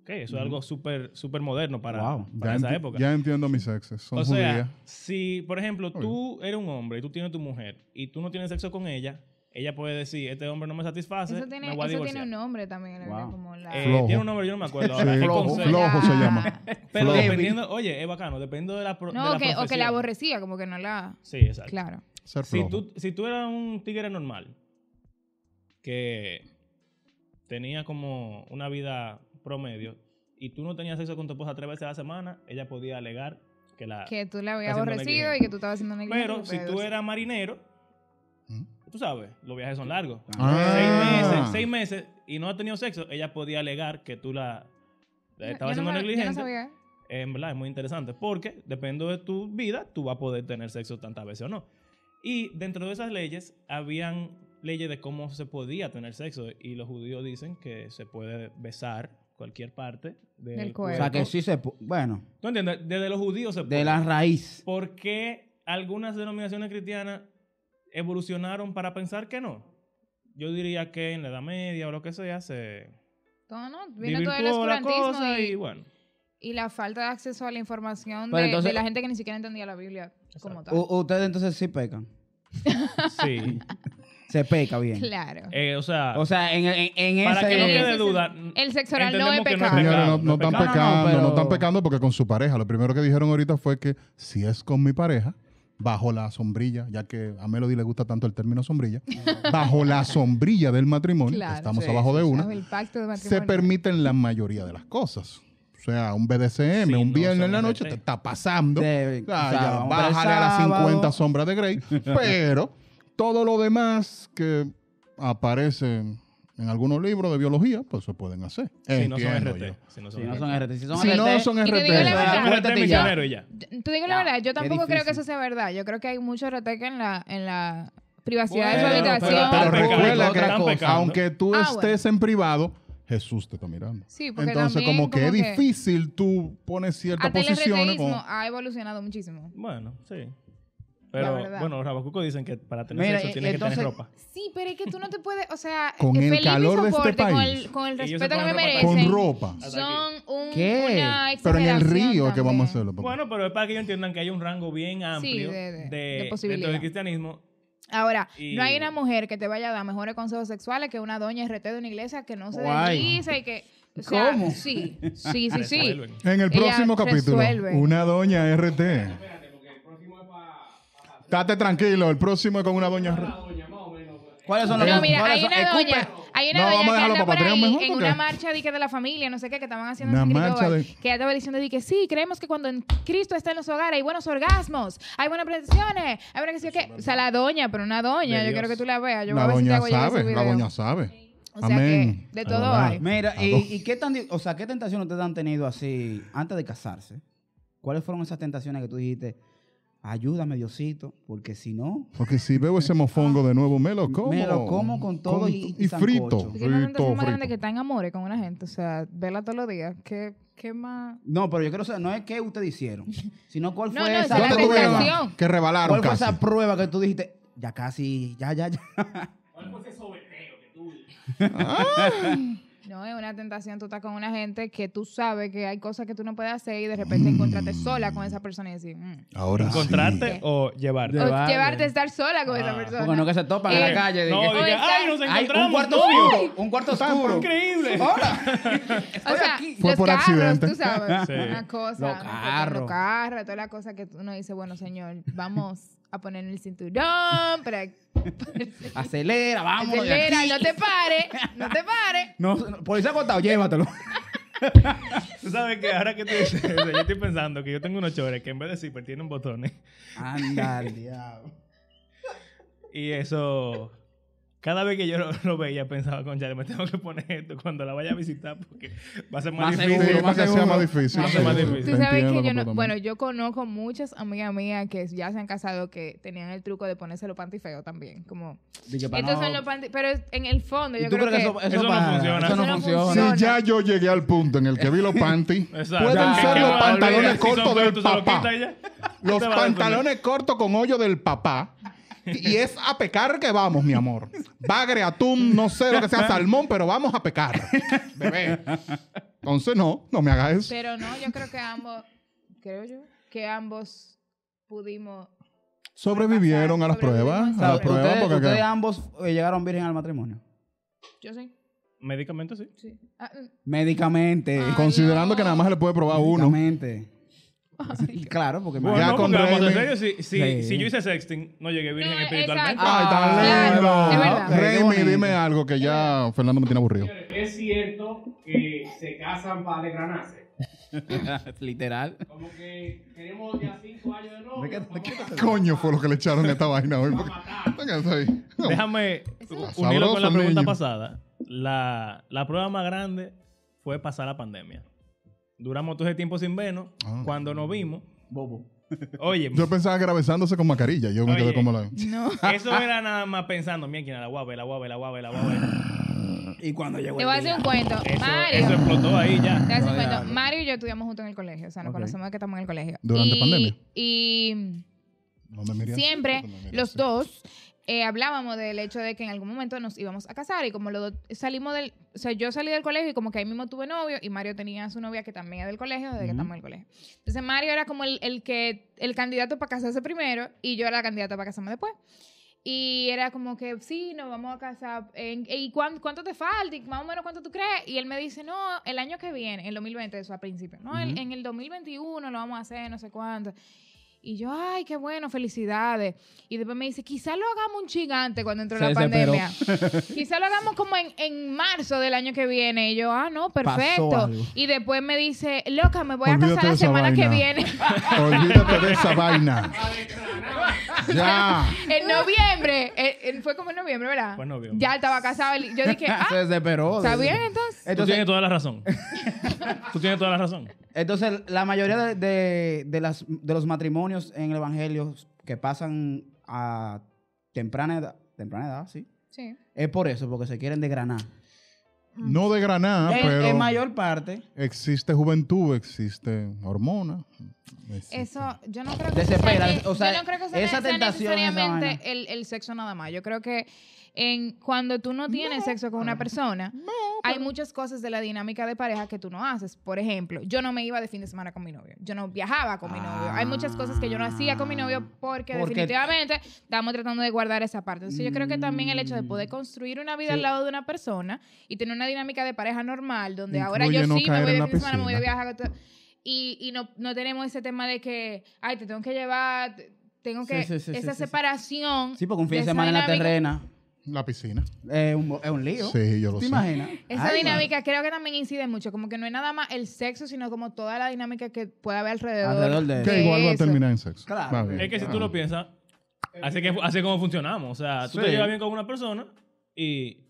S4: Ok, eso es algo súper súper moderno para,
S3: Wow,
S4: para
S1: ya,
S4: esa
S1: enti-
S4: época.
S1: ya entiendo mis exes. Son
S4: o sea,
S1: judías.
S4: si, por ejemplo,
S1: Obvio.
S4: tú eres un hombre y tú tienes tu mujer y tú no tienes sexo con ella, ella puede decir, este hombre no me satisface,
S2: Eso tiene,
S4: me voy a
S2: eso
S4: divorciar.
S2: tiene un nombre también, la verdad,
S3: Wow.
S2: como la...
S4: Eh,
S1: Flojo.
S4: tiene un nombre, yo no me acuerdo
S1: Sí,
S4: ahora. Es
S1: flojo,
S4: conse-
S2: como la-
S1: flojo se llama.
S4: Pero
S1: flojo.
S4: dependiendo, oye, es bacano, dependiendo de la, pro- de
S2: No, o
S4: la
S2: que, o que la
S4: profesión.
S2: aborrecía, como que no la...
S4: Sí, exacto.
S2: Claro.
S1: Ser
S4: Si
S1: flojo.
S4: tú, si tú eras un tigre normal, que tenía como una vida promedio, y tú no tenías sexo con tu esposa tres veces a la semana, ella podía alegar que la...
S2: Que tú la habías
S4: Haciendo
S2: aborrecido
S4: negligente.
S2: y que tú estabas haciendo negligente. pues, que
S4: Pero si
S2: fue
S4: tú
S2: dos-
S4: eras marinero,
S1: ¿Mm?
S4: tú sabes, los viajes son largos.
S1: Ah.
S4: Seis, meses, seis meses y no has tenido sexo, ella podía alegar que tú la... la
S2: Yo-
S4: estabas
S2: yo no me- yo
S4: siendo
S2: no
S4: negligente.
S2: sabía.
S4: En verdad es muy interesante porque dependiendo de tu vida, tú vas a poder tener sexo tantas veces o no. Y dentro de esas leyes, habían leyes de cómo se podía tener sexo. Y los judíos dicen que se puede besar cualquier parte del,
S2: Del
S3: O
S2: cuerpo.
S3: sea que sí se... pu- Bueno,
S4: ¿Tú entiendes? Desde los judíos se puede.
S3: de la raíz.
S4: ¿Por qué algunas denominaciones cristianas evolucionaron para pensar que no? Yo diría que en la Edad Media o lo que sea, se
S2: Todo, ¿no? Vino todo el
S4: divirtuó la
S2: oscurantismo
S4: cosa
S2: y,
S4: y bueno.
S2: y la falta de acceso a la información
S3: Pero
S2: de,
S3: entonces-
S2: de
S3: Oh,
S2: la gente que ni siquiera entendía la Biblia como tal.
S3: U- ustedes entonces sí pecan.
S4: Sí.
S3: Se peca bien.
S2: Claro.
S4: Eh, o sea,
S3: O sea, en, en, en
S4: para que
S3: ese...
S4: no
S2: Sí,
S4: quede
S2: sí,
S4: duda,
S2: El sexo oral no es
S4: entendemos que
S2: pecado.
S1: Señores, no, no
S4: no es
S1: están
S4: pecado.
S1: pecando, no,
S3: No, no, pero-
S1: están pecando porque con su pareja. Lo primero que dijeron ahorita fue que si es con mi pareja, bajo la sombrilla, ya que a Melody le gusta tanto el término sombrilla, bajo la sombrilla del matrimonio, que
S2: Claro.
S1: estamos
S3: Sí,
S1: abajo de
S2: Bajo
S1: una,
S2: el pacto de matrimonio.
S1: se permiten la mayoría de las cosas. O sea, un BDSM,
S4: Sí,
S1: un
S4: no
S1: viernes en la
S4: son
S1: noche,
S4: BDSM.
S1: te está pasando.
S3: Sí,
S1: Ah,
S3: o sea,
S1: ya,
S3: vamos para el
S1: bájale a las
S3: sábado.
S1: 50 sombras de Grey. Pero todo lo demás que aparece en algunos libros de biología, pues se pueden hacer.
S4: Si no son
S1: Entiendo
S4: RT.
S1: yo.
S4: Si no
S3: Si
S4: son
S3: no
S4: RT.
S3: son RT. Si son
S1: Si
S3: RT,
S1: no son
S2: Y te
S1: RT.
S2: digo la verdad,
S4: Son RT
S3: Yo-
S4: misionero y ya.
S2: Tú digo la
S3: Ya,
S2: verdad, yo
S3: qué
S2: tampoco creo que
S3: difícil.
S2: eso sea verdad. Yo creo que hay mucho reteca en la, en la privacidad de su
S4: Pero-
S2: habitación.
S1: Pero
S4: Están pecando,
S1: recuerda que
S4: están pecando.
S1: aunque tú
S2: Ah,
S1: estés en privado, Jesús te está mirando.
S2: sí, porque
S1: Entonces,
S2: también,
S1: como que es difícil, tú pones ciertas
S2: Hasta el
S1: posiciones.
S2: RTismo
S1: Como,
S2: ha evolucionado muchísimo.
S4: Bueno, sí. Pero
S2: verdad.
S4: bueno, los rabacucos dicen que para tener
S3: Mira,
S2: eh,
S4: sexo
S3: y-
S4: tienes que
S3: entonces-
S4: tener ropa.
S2: Sí, pero es que tú no te puedes, o sea, eh,
S1: Con el
S2: feliz mi
S1: calor de este
S2: soporte, con
S1: país.
S2: el, con el
S4: Ellos se
S2: respeto que me
S4: ponen ropa
S1: con
S2: merecen.
S1: ropa.
S2: Son un,
S3: ¿Qué?
S2: una
S1: Pero en el
S2: exageración
S1: río es que vamos a
S2: también.
S1: hacerlo. papá.
S4: Bueno, pero es para que ellos entiendan que hay un rango bien amplio
S2: de- de-
S4: de,
S2: de
S4: dentro
S2: posibilidad.
S4: del cristianismo.
S2: Ahora,
S4: Y-
S2: no hay una mujer que te vaya a dar mejores consejos sexuales que una doña RT de una iglesia que no se
S3: Guay.
S2: desliza y que... O sea,
S3: ¿Cómo?
S2: Sí, sí, sí, sí.
S4: resuelven.
S1: en el
S2: Ella
S1: próximo capítulo,
S2: resuelve.
S1: una doña RT.
S5: Espérate, porque el próximo es para
S1: Estate tranquilo, el próximo es con una doña
S5: la
S1: RT.
S5: doña, más o menos.
S3: ¿Cuáles son los
S2: No, mira,
S3: cuáles
S2: hay
S3: son-
S2: una
S3: escupe.
S2: doña, hay una
S1: No, vamos
S2: doña
S1: a
S2: que
S1: dejarlo
S2: anda
S1: para
S2: por
S1: Patreon
S2: ahí
S1: mejor,
S2: en
S1: porque-
S2: una marcha de, que de la familia, no sé qué, que estaban haciendo en
S1: Una
S2: San
S1: marcha
S2: Cristóbal,
S1: de-
S2: que ella estaba diciendo de que sí, creemos que cuando en Cristo está en los hogares hay buenos orgasmos, hay buenas prestaciones, hay buenas que sí o qué. O sea, la doña, pero una doña,
S4: De
S2: yo
S4: Dios.
S2: creo que tú la veas, yo voy
S1: La
S2: a ver si te
S1: doña
S2: hago llegar ese
S1: sabe, la
S2: video.
S1: doña sabe.
S2: O sea
S1: Amén.
S2: que de todo
S1: Alabado.
S2: hay.
S3: Mira,
S1: Ah, dos.
S3: y, y qué tan, di- o sea, qué tentaciones ustedes han tenido así antes de casarse? ¿Cuáles fueron esas tentaciones que tú dijiste? Ayúdame, Diosito, porque si no,
S1: Porque si veo ese mofongo de nuevo, me lo como.
S3: Me lo como con todo y- y
S1: frito.
S3: sancocho.
S2: Es que una
S1: Frito,
S2: tentación más grande que
S1: frito.
S2: está en amores con una gente, o sea, verla todos los días, ¿qué, qué más?
S3: no, pero yo quiero saber, no es qué ustedes hicieron, sino cuál
S2: No,
S3: fue
S2: no,
S3: esa,
S2: esa es la
S1: ¿Dónde tuvieron
S2: tentación.
S1: Que rebalaron
S3: cuál fue
S1: casi.
S3: esa prueba que tú dijiste, ya casi, ya, ya, ya.
S5: ¿Cuál fue ese sobeteo que tú?
S2: No, es una tentación, tú estás con una gente que tú sabes que hay cosas que tú no puedes hacer y de repente
S3: Mm.
S2: encontrarte sola con esa persona y decir, mm.
S1: Ahora sí.
S4: ¿Encontrarte o llevarte?
S2: O
S3: Llevarle.
S2: llevarte a estar sola con
S4: Ah,
S2: esa
S3: Porque
S2: persona.
S3: no que se topan en
S2: Eh,
S3: la calle.
S4: No,
S3: dije,
S2: O
S4: diga,
S2: está-
S4: ay, nos
S3: "Ay,
S4: encontramos.
S3: un cuarto
S4: novio".
S3: oscuro, un cuarto oscuro.
S4: Increíble.
S2: o sea,
S3: aquí.
S1: Fue
S2: los
S1: por
S2: carros,
S1: accidente.
S2: tú sabes,
S4: Sí.
S2: una cosa.
S3: Los
S2: ¿no?
S3: carros.
S2: Los carros, toda la cosa que uno dice, bueno, señor, vamos a poner el cinturón para
S3: Acelera, vamos.
S2: acelera, no te pares, no te pares.
S3: No, no, policía ha contado, llévatelo.
S4: Tú sabes que ahora que tú dices eso, yo estoy pensando que yo tengo unos chores que en vez de zipper tienen botones.
S3: Anda al diablo.
S4: Y eso, cada vez que yo lo, lo veía, pensaba, concha, me tengo que poner esto cuando la vaya a visitar porque va a ser más
S3: Va a ser duro,
S4: difícil.
S1: Sí,
S3: más
S1: para que sea
S3: seguro.
S1: más difícil.
S4: Más seguro.
S1: Sí,
S4: Tú
S1: te
S2: Tú
S1: entiendo
S2: sabes que yo no,
S1: completamente.
S2: bueno, yo conozco muchas amigas mías que ya se han casado que tenían el truco de ponerse los pantifeos también, como
S3: Dije, pa'
S2: estos
S3: no.
S2: son los panty, pero es- en el fondo
S3: ¿Y
S2: yo
S3: tú
S2: creo
S3: crees
S2: que,
S3: que eso, eso
S4: Eso no
S3: para-
S4: funciona.
S3: Eso no
S2: Eso no
S1: Si
S3: funciona.
S2: funciona.
S1: ya yo llegué al punto en el que vi los panties,
S4: Exacto.
S1: pueden
S4: Que-
S1: ser
S4: que
S1: los
S4: va a dormir,
S1: pantalones
S4: si son
S1: cortos del
S4: cortos, se los
S1: papá.
S4: quita y ya.
S1: Los
S4: Te va a dormir.
S1: pantalones cortos con hoyo del papá. Y es a pecar que vamos, mi amor. Bagre, atún, no sé lo que sea, salmón, pero vamos a pecar. Bebé. Entonces, no, no me hagas eso.
S2: pero no, yo creo que ambos, creo yo, que ambos pudimos
S1: Sobrevivieron a las pruebas. A
S3: O sea,
S1: las pruebas,
S3: ustedes,
S1: porque
S3: ustedes
S1: que-
S3: ambos eh, llegaron virgen al matrimonio.
S2: yo sí,
S4: Medicamentos, sí.
S2: sí. Ah, mm.
S3: Médicamente.
S2: Ah,
S1: eh, considerando
S2: Ay, no.
S1: que nada más se le puede probar uno.
S3: Médicamente. Claro, porque
S4: Bueno,
S1: Ya
S4: no,
S1: con
S4: porque vamos a ser
S1: Remy.
S4: serios, si, si,
S3: Sí.
S4: si yo hice sexting, no llegué virgen
S2: No,
S4: espiritualmente.
S2: exacto.
S1: Ay, tan
S2: Claro, es
S1: lindo.
S2: verdad.
S1: Remy,
S3: Qué bonito.
S1: dime algo que ya Fernando me tiene aburrido.
S5: Señores, Es cierto que se casan para desgranarse.
S3: Literal.
S5: Como que tenemos ya cinco años de
S3: ¿De qué-
S5: novio.
S3: de
S5: vamos
S3: qué
S5: a-
S3: te-
S1: Coño fue lo que le echaron a esta vaina hoy.
S5: vamos
S1: porque-
S5: a matar.
S1: Venga, está ahí. No,
S4: Déjame
S1: Eso-
S4: unirlo con la
S1: Sabroso,
S4: pregunta
S1: niño.
S4: pasada. La, la prueba más grande fue pasar la pandemia. Duramos todo ese tiempo sin vernos.
S1: Ah.
S4: Cuando nos vimos,
S3: Bobo.
S4: oye,
S1: Yo pensaba que era besándose con mascarilla. Yo me
S4: Oye.
S1: quedé como la.
S2: No.
S4: eso era nada más pensando, mira quién la guava, la guava, la guava, la guava.
S3: Y cuando llegó
S2: Te
S3: el
S2: voy a
S3: día.
S2: hacer un cuento.
S4: Eso,
S2: Mario.
S4: eso explotó ahí
S2: Te voy a
S4: ya.
S2: hacer un
S3: Vaya,
S2: cuento.
S3: vale.
S2: Mario y yo estudiamos juntos en el colegio, o sea, nos
S3: Ok.
S2: conocemos desde que estamos en el colegio.
S1: Durante
S2: Y-
S1: pandemia.
S2: Y
S1: No me miré así,
S2: siempre
S1: no me miré
S2: los
S1: así.
S2: dos eh, hablábamos del hecho de que en algún momento nos íbamos a casar y como los dos salimos del, o sea, yo salí del colegio y como que ahí mismo tuve novio y Mario tenía a su novia que también es del colegio desde que
S3: Ujú.
S2: estamos en el colegio. Entonces Mario era como el, el que, el candidato para casarse primero y yo era la candidata para casarme después. Y era como que, sí, nos vamos a casar. en- ¿Y cuán- cuánto te falta? ¿Y más o menos cuánto tú crees? Y él me dice, no, el año que viene, el 2020, eso al principio. No, el-
S3: Ujú.
S2: en el 2021 lo vamos a hacer, no sé cuánto. Y yo, ay, qué bueno, felicidades. Y después me dice, quizá lo hagamos un gigante cuando entró
S3: Se
S2: la
S3: desesperó.
S2: pandemia. quizá lo hagamos como en, en marzo del año que viene. Y yo, ah, no, perfecto.
S3: algo.
S2: Y después me dice, loca, me voy a
S1: Olvídate
S2: casar
S1: de
S2: la
S1: esa
S2: semana que
S1: vaina.
S2: viene.
S1: Olvídate de esa vaina. Ya.
S2: en noviembre. Eh, eh, fue como en noviembre, ¿verdad?
S4: Fue en noviembre.
S2: Ya estaba casado. él- Yo dije,
S3: Se
S2: ah,
S3: desesperó.
S2: ¿está bien entonces?
S4: Tú
S3: Entonces,
S4: tienes toda la razón. Tú tienes toda la razón.
S3: entonces, la mayoría de, de- de las, de los matrimonios en el Evangelio que pasan a temprana edad, temprana edad, sí,
S2: Sí.
S3: es por eso, porque se quieren desgranar.
S1: No de
S2: Ah,
S1: granada,
S3: en,
S1: pero
S3: en mayor parte,
S1: existe juventud, existe hormona. existe-
S2: Eso, yo no creo que
S3: Desespera,
S2: eso sea,
S3: o sea,
S2: yo no creo que eso
S3: esa
S2: sea
S3: tentación, esa
S2: necesariamente
S3: vaina.
S2: el, el sexo nada más. Yo creo que en, cuando tú no tienes sexo con una persona, hay muchas cosas de la dinámica de pareja que tú no haces. Por ejemplo, yo no me iba de fin de semana con mi novio. Yo no viajaba con mi novio. Hay muchas cosas que yo no hacía con mi novio porque,
S3: Porque-
S2: definitivamente estamos tratando de guardar esa parte. Entonces, yo creo que también el hecho de poder
S3: Mm.
S2: construir una vida
S3: Sí.
S2: al lado de una persona y tener una dinámica de pareja normal, donde ahora
S1: Incluye
S2: yo
S1: no
S2: sí me
S1: caer
S2: voy
S1: en
S2: de
S1: la
S2: fin de semana, me voy de
S1: piscina.
S2: viaje. Y, y no, no tenemos ese tema de que, ay, te tengo que llevar, te- tengo
S3: Sí,
S2: que,
S3: sí, sí, sí,
S2: esa
S3: sí, sí.
S2: separación.
S3: sí, porque un fin de
S2: esa
S3: semana en la
S2: dinámica-
S3: terrena
S1: La piscina.
S3: es un, es un lío.
S1: Sí, yo lo
S3: ¿Te
S1: sé.
S3: imaginas?
S2: Esa
S3: Ay,
S2: dinámica creo que también incide mucho, como que no es nada más el sexo, sino como toda la dinámica que puede haber alrededor.
S3: Alrededor de-
S1: Que igual va a
S2: eso.
S1: terminar en sexo.
S3: Claro.
S1: Está bien.
S4: Es que si tú lo piensas, así, que, así es como funcionamos. O sea, tú
S3: Sí.
S4: te llevas bien con una persona y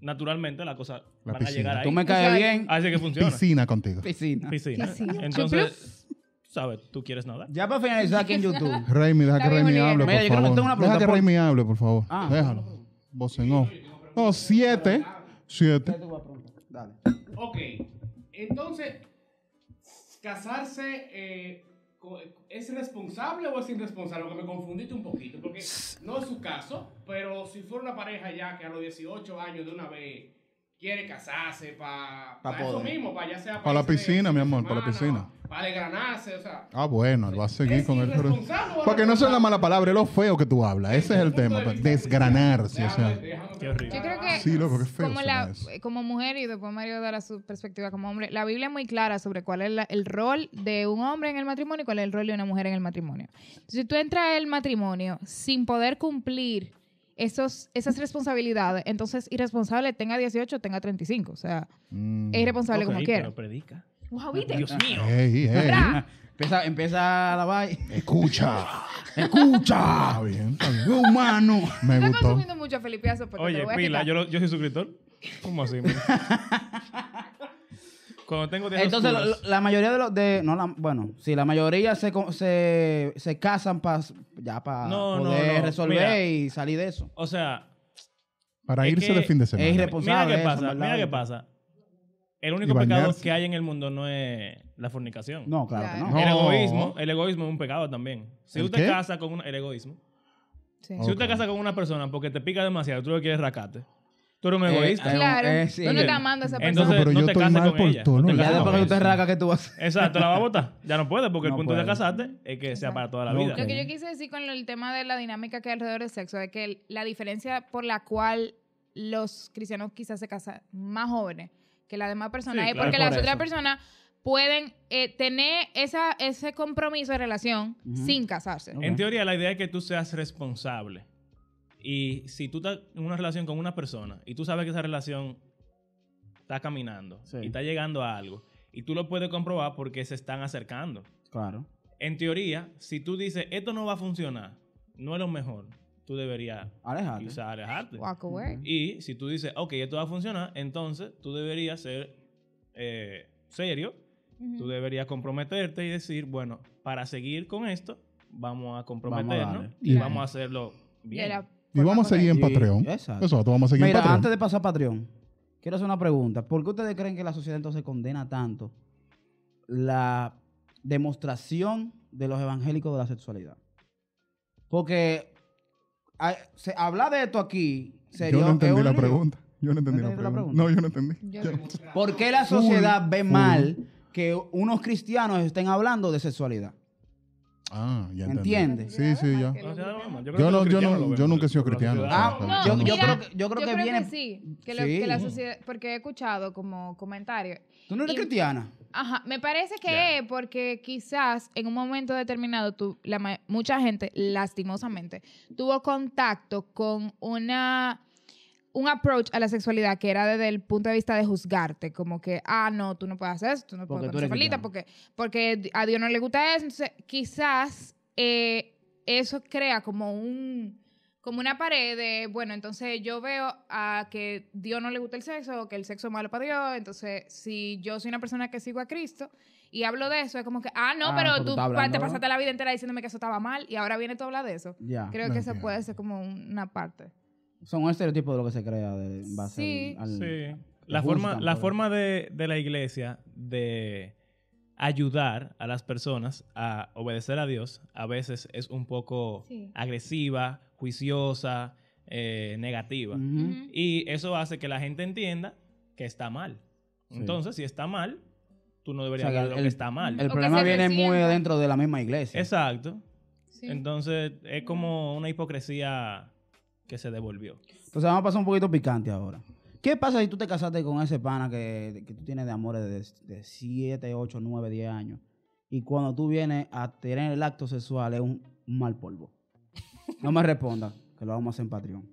S4: naturalmente las cosas
S1: La
S4: van a
S1: piscina.
S4: llegar
S3: Tú
S4: ahí.
S3: me caes
S2: Exacto.
S3: bien,
S4: Así que funciona.
S1: Piscina contigo.
S3: piscina.
S4: Piscina.
S2: Piscina.
S4: Entonces, tú sabes, tú quieres nadar.
S3: Ya para finalizar aquí en YouTube.
S1: Raimi, deja
S2: Está
S1: que Raimi
S2: bien, Julián.
S1: hable, por
S3: Mira, yo creo que
S1: favor.
S3: tengo
S1: Deja
S3: una pregunta
S1: que
S3: por-
S1: Raimi hable, por favor.
S3: Ah.
S1: Déjalo. Voz en off. No, siete. Siete.
S3: Dale.
S5: Ok, entonces, ¿casarse eh, co- es responsable o es irresponsable? Porque me confundiste un poquito, porque no es su caso, pero si fuera una pareja ya que a los 18 años de una vez quiere casarse para
S3: Pa
S5: eso
S3: poder.
S5: mismo, para ya sea
S1: Pa la
S5: irse de
S1: piscina, mi amor, pa la piscina.
S5: Para desgranarse, o sea.
S1: Ah, bueno, él va a seguir
S5: ¿Es
S1: con él. Pero...
S5: irresponsable o
S1: Porque no son la
S5: responsable?
S1: mala palabra, es lo feo que tú hablas. Ese es el
S5: Desde
S1: tema.
S5: punto de
S1: pues,
S5: vista
S1: Desgranarse, o
S5: cristiano.
S1: sea.
S5: Déjame- déjame
S4: Qué horrible.
S2: Yo creo que,
S1: Sí, loco, qué feo
S2: como,
S1: suena
S2: la-
S1: eso.
S2: como mujer, y después Mario dará su perspectiva como hombre, la Biblia es muy clara sobre cuál es la- el rol de un hombre en el matrimonio y cuál es el rol de una mujer en el matrimonio. Si tú entras al matrimonio sin poder cumplir esos, esas responsabilidades. Entonces, irresponsable tenga 18 o tenga 35. O sea,
S1: Mm.
S2: es irresponsable como
S4: Ok,
S2: quiera.
S4: Pero predica.
S2: Wow, ¿viste?
S4: Dios mío.
S1: Ey, ey.
S2: Bra.
S3: Empieza, empieza a lavar. y-
S1: Escucha. Escucha. Está bien, está bien. Yo, humano. Me
S2: Está
S1: gustó.
S2: consumiendo mucho Felipeazo porque te
S4: Oye,
S2: lo voy a
S4: pila,
S2: quitar.
S4: yo, lo- yo soy suscriptor. ¿Cómo así? man? Cuando tengo días
S3: Entonces, lo-
S4: oscuros,
S3: lo- la mayoría de los. De, no, la, bueno, sí, la mayoría se, co- se, se casan pa, ya para
S4: No, no,
S3: poder
S4: no.
S3: resolver
S4: Mira.
S3: y salir de eso.
S4: o sea,
S1: Para
S4: Es
S1: irse
S4: que
S1: de fin de semana.
S3: es irresponsable.
S4: mira qué
S3: eso,
S4: pasa,
S3: en verdad.
S4: mira qué pasa. El
S1: Y
S4: único
S1: bañarse.
S4: pecado que hay en el mundo no es la fornicación.
S3: No, claro que no.
S2: Claro.
S4: El
S1: No.
S4: egoísmo, el egoísmo es un pecado también. Si
S1: ¿El
S4: usted
S1: qué?
S4: casa con una, el egoísmo.
S2: Sí.
S1: Oh.
S4: Si
S1: Ok.
S4: usted casa con una persona porque te pica demasiado, tú lo quieres racate. Tú eres un
S3: Eh,
S4: egoísta.
S3: eh,
S2: Claro.
S3: Eh, sí.
S2: ¿Dónde está amando a esa persona?
S1: No,
S4: Entonces,
S1: pero
S4: no
S1: yo
S4: te
S1: estoy
S4: cases
S1: mal
S4: con
S1: por
S4: ella,
S1: todos
S4: no te
S1: lados.
S3: Ya
S4: cases
S3: después
S4: con
S3: que
S4: ella.
S3: tú te raca, ¿qué tú vas a hacer?
S4: Exacto, la va a botar. Ya no puede porque
S3: No
S4: el punto de
S3: puede.
S4: casarte es que sea para toda la
S3: No,
S4: vida.
S2: Lo
S3: ok.
S2: que yo quise decir con el tema de la dinámica que hay alrededor del sexo es que el- la diferencia por la cual los cristianos quizás se casan más jóvenes que las demás personas
S4: Sí,
S2: es
S4: claro,
S2: porque
S4: por
S2: las otras
S4: eso.
S2: personas pueden eh, tener esa, ese compromiso de relación
S3: Ujú.
S2: sin casarse.
S3: Ok.
S4: En teoría, la idea es que tú seas responsable. Y si tú estás en una relación con una persona y tú sabes que esa relación está caminando
S3: Sí.
S4: y está llegando a algo, y tú lo puedes comprobar porque se están acercando.
S3: Claro.
S4: En teoría, si tú dices, esto no va a funcionar, no es lo mejor, tú deberías
S3: Alejate.
S4: quizá alejarte.
S2: Walk away.
S3: Ujú.
S4: Y si tú dices, ok, esto va a funcionar, entonces tú deberías ser eh, serio
S2: Ujú.
S4: Tú deberías comprometerte y decir, bueno, para seguir con esto, vamos a comprometernos
S3: darle.
S4: y
S2: Claro.
S4: vamos a hacerlo bien.
S2: De la
S1: Y vamos a
S2: forma
S1: seguir en
S3: Sí,
S1: Patreon.
S3: exacto.
S1: Exacto, vamos a seguir en
S3: Mira,
S1: Patreon.
S3: antes de pasar a Patreon, quiero hacer una pregunta. ¿Por qué ustedes creen que la sociedad entonces condena tanto la demostración de los evangélicos de la sexualidad? Porque hay- se, hablar de esto aquí sería
S1: Yo no
S3: es
S1: entendí
S3: un
S1: la
S3: lío.
S1: pregunta. Yo no entendí
S3: ¿No
S1: la
S3: entendiste la
S1: pregunta.
S3: pregunta?
S1: No, yo no entendí.
S2: Yo-
S3: ¿Por qué la sociedad ve mal que correcto. unos cristianos estén hablando de sexualidad?
S1: Ah, ya entendí.
S3: ¿Entiende?
S1: Sí, sí, ya.
S4: O sea, vamos,
S1: Yo
S4: creo que
S1: no- yo no-
S4: los cristianos lo ven
S1: yo
S4: mal,
S1: nunca he sido
S4: por la
S1: cristiano.
S4: sociedad.
S3: Ah,
S2: No,
S3: yo,
S2: mira,
S3: yo creo que, yo creo que viene...
S2: sí. Que, lo-
S3: Sí.
S2: que la sociedad, porque he escuchado como comentarios
S3: Tú no eres
S2: y-
S3: cristiana.
S2: Ajá, me parece que
S4: Ya.
S2: es porque quizás en un momento determinado tú, la, ma- mucha gente, lastimosamente, tuvo contacto con una un approach a la sexualidad que era desde el punto de vista de juzgarte, como que, ah, no, tú no puedes hacer eso, tú no
S3: Porque
S2: puedes
S3: tú
S2: ser
S3: eres
S2: solita,
S3: cristiano.
S2: porque, porque a Dios no le gusta eso. Entonces, quizás eh, eso crea como un como una pared de, bueno, entonces yo veo a que Dios no le gusta el sexo, o que el sexo es malo para Dios, entonces si yo soy una persona que sigo a Cristo y hablo de eso, es como que, ah, no,
S3: Ah,
S2: pero
S3: pero
S2: tú
S3: está
S2: pa- te
S3: hablando,
S2: pasaste la vida entera diciéndome que eso estaba mal y ahora viene tú a hablar de eso.
S3: Ya.
S2: Creo
S1: No
S2: que eso
S1: entiendo.
S2: puede ser como una parte.
S3: Son estereotipos de lo que se crea de, en base
S2: Sí.
S3: al, al-
S4: Sí. La
S3: juzgan
S4: forma, la
S3: por-
S4: forma de, de la iglesia de ayudar a las personas a obedecer a Dios a veces es un poco
S2: Sí.
S4: agresiva, juiciosa, eh, negativa.
S3: Ujú.
S2: Ujú.
S4: Y eso hace que la gente entienda que está mal.
S3: Sí.
S4: Entonces, si está mal, tú no deberías
S3: O sea,
S4: hablar de lo
S3: el-
S4: que está mal.
S3: El
S2: O que
S3: problema
S2: se
S3: viene muy
S2: resienta.
S3: dentro de la misma iglesia.
S4: Exacto.
S2: Sí.
S4: Entonces, es como una hipocresía que se devolvió.
S3: Entonces vamos a pasar un poquito picante ahora. ¿Qué pasa si tú te casaste con ese pana que, que tú tienes de amores de, de 7, 8, 9, 10 años? Y cuando tú vienes a tener el acto sexual es un, un mal polvo. No me respondas, que lo vamos a hacer en Patreon.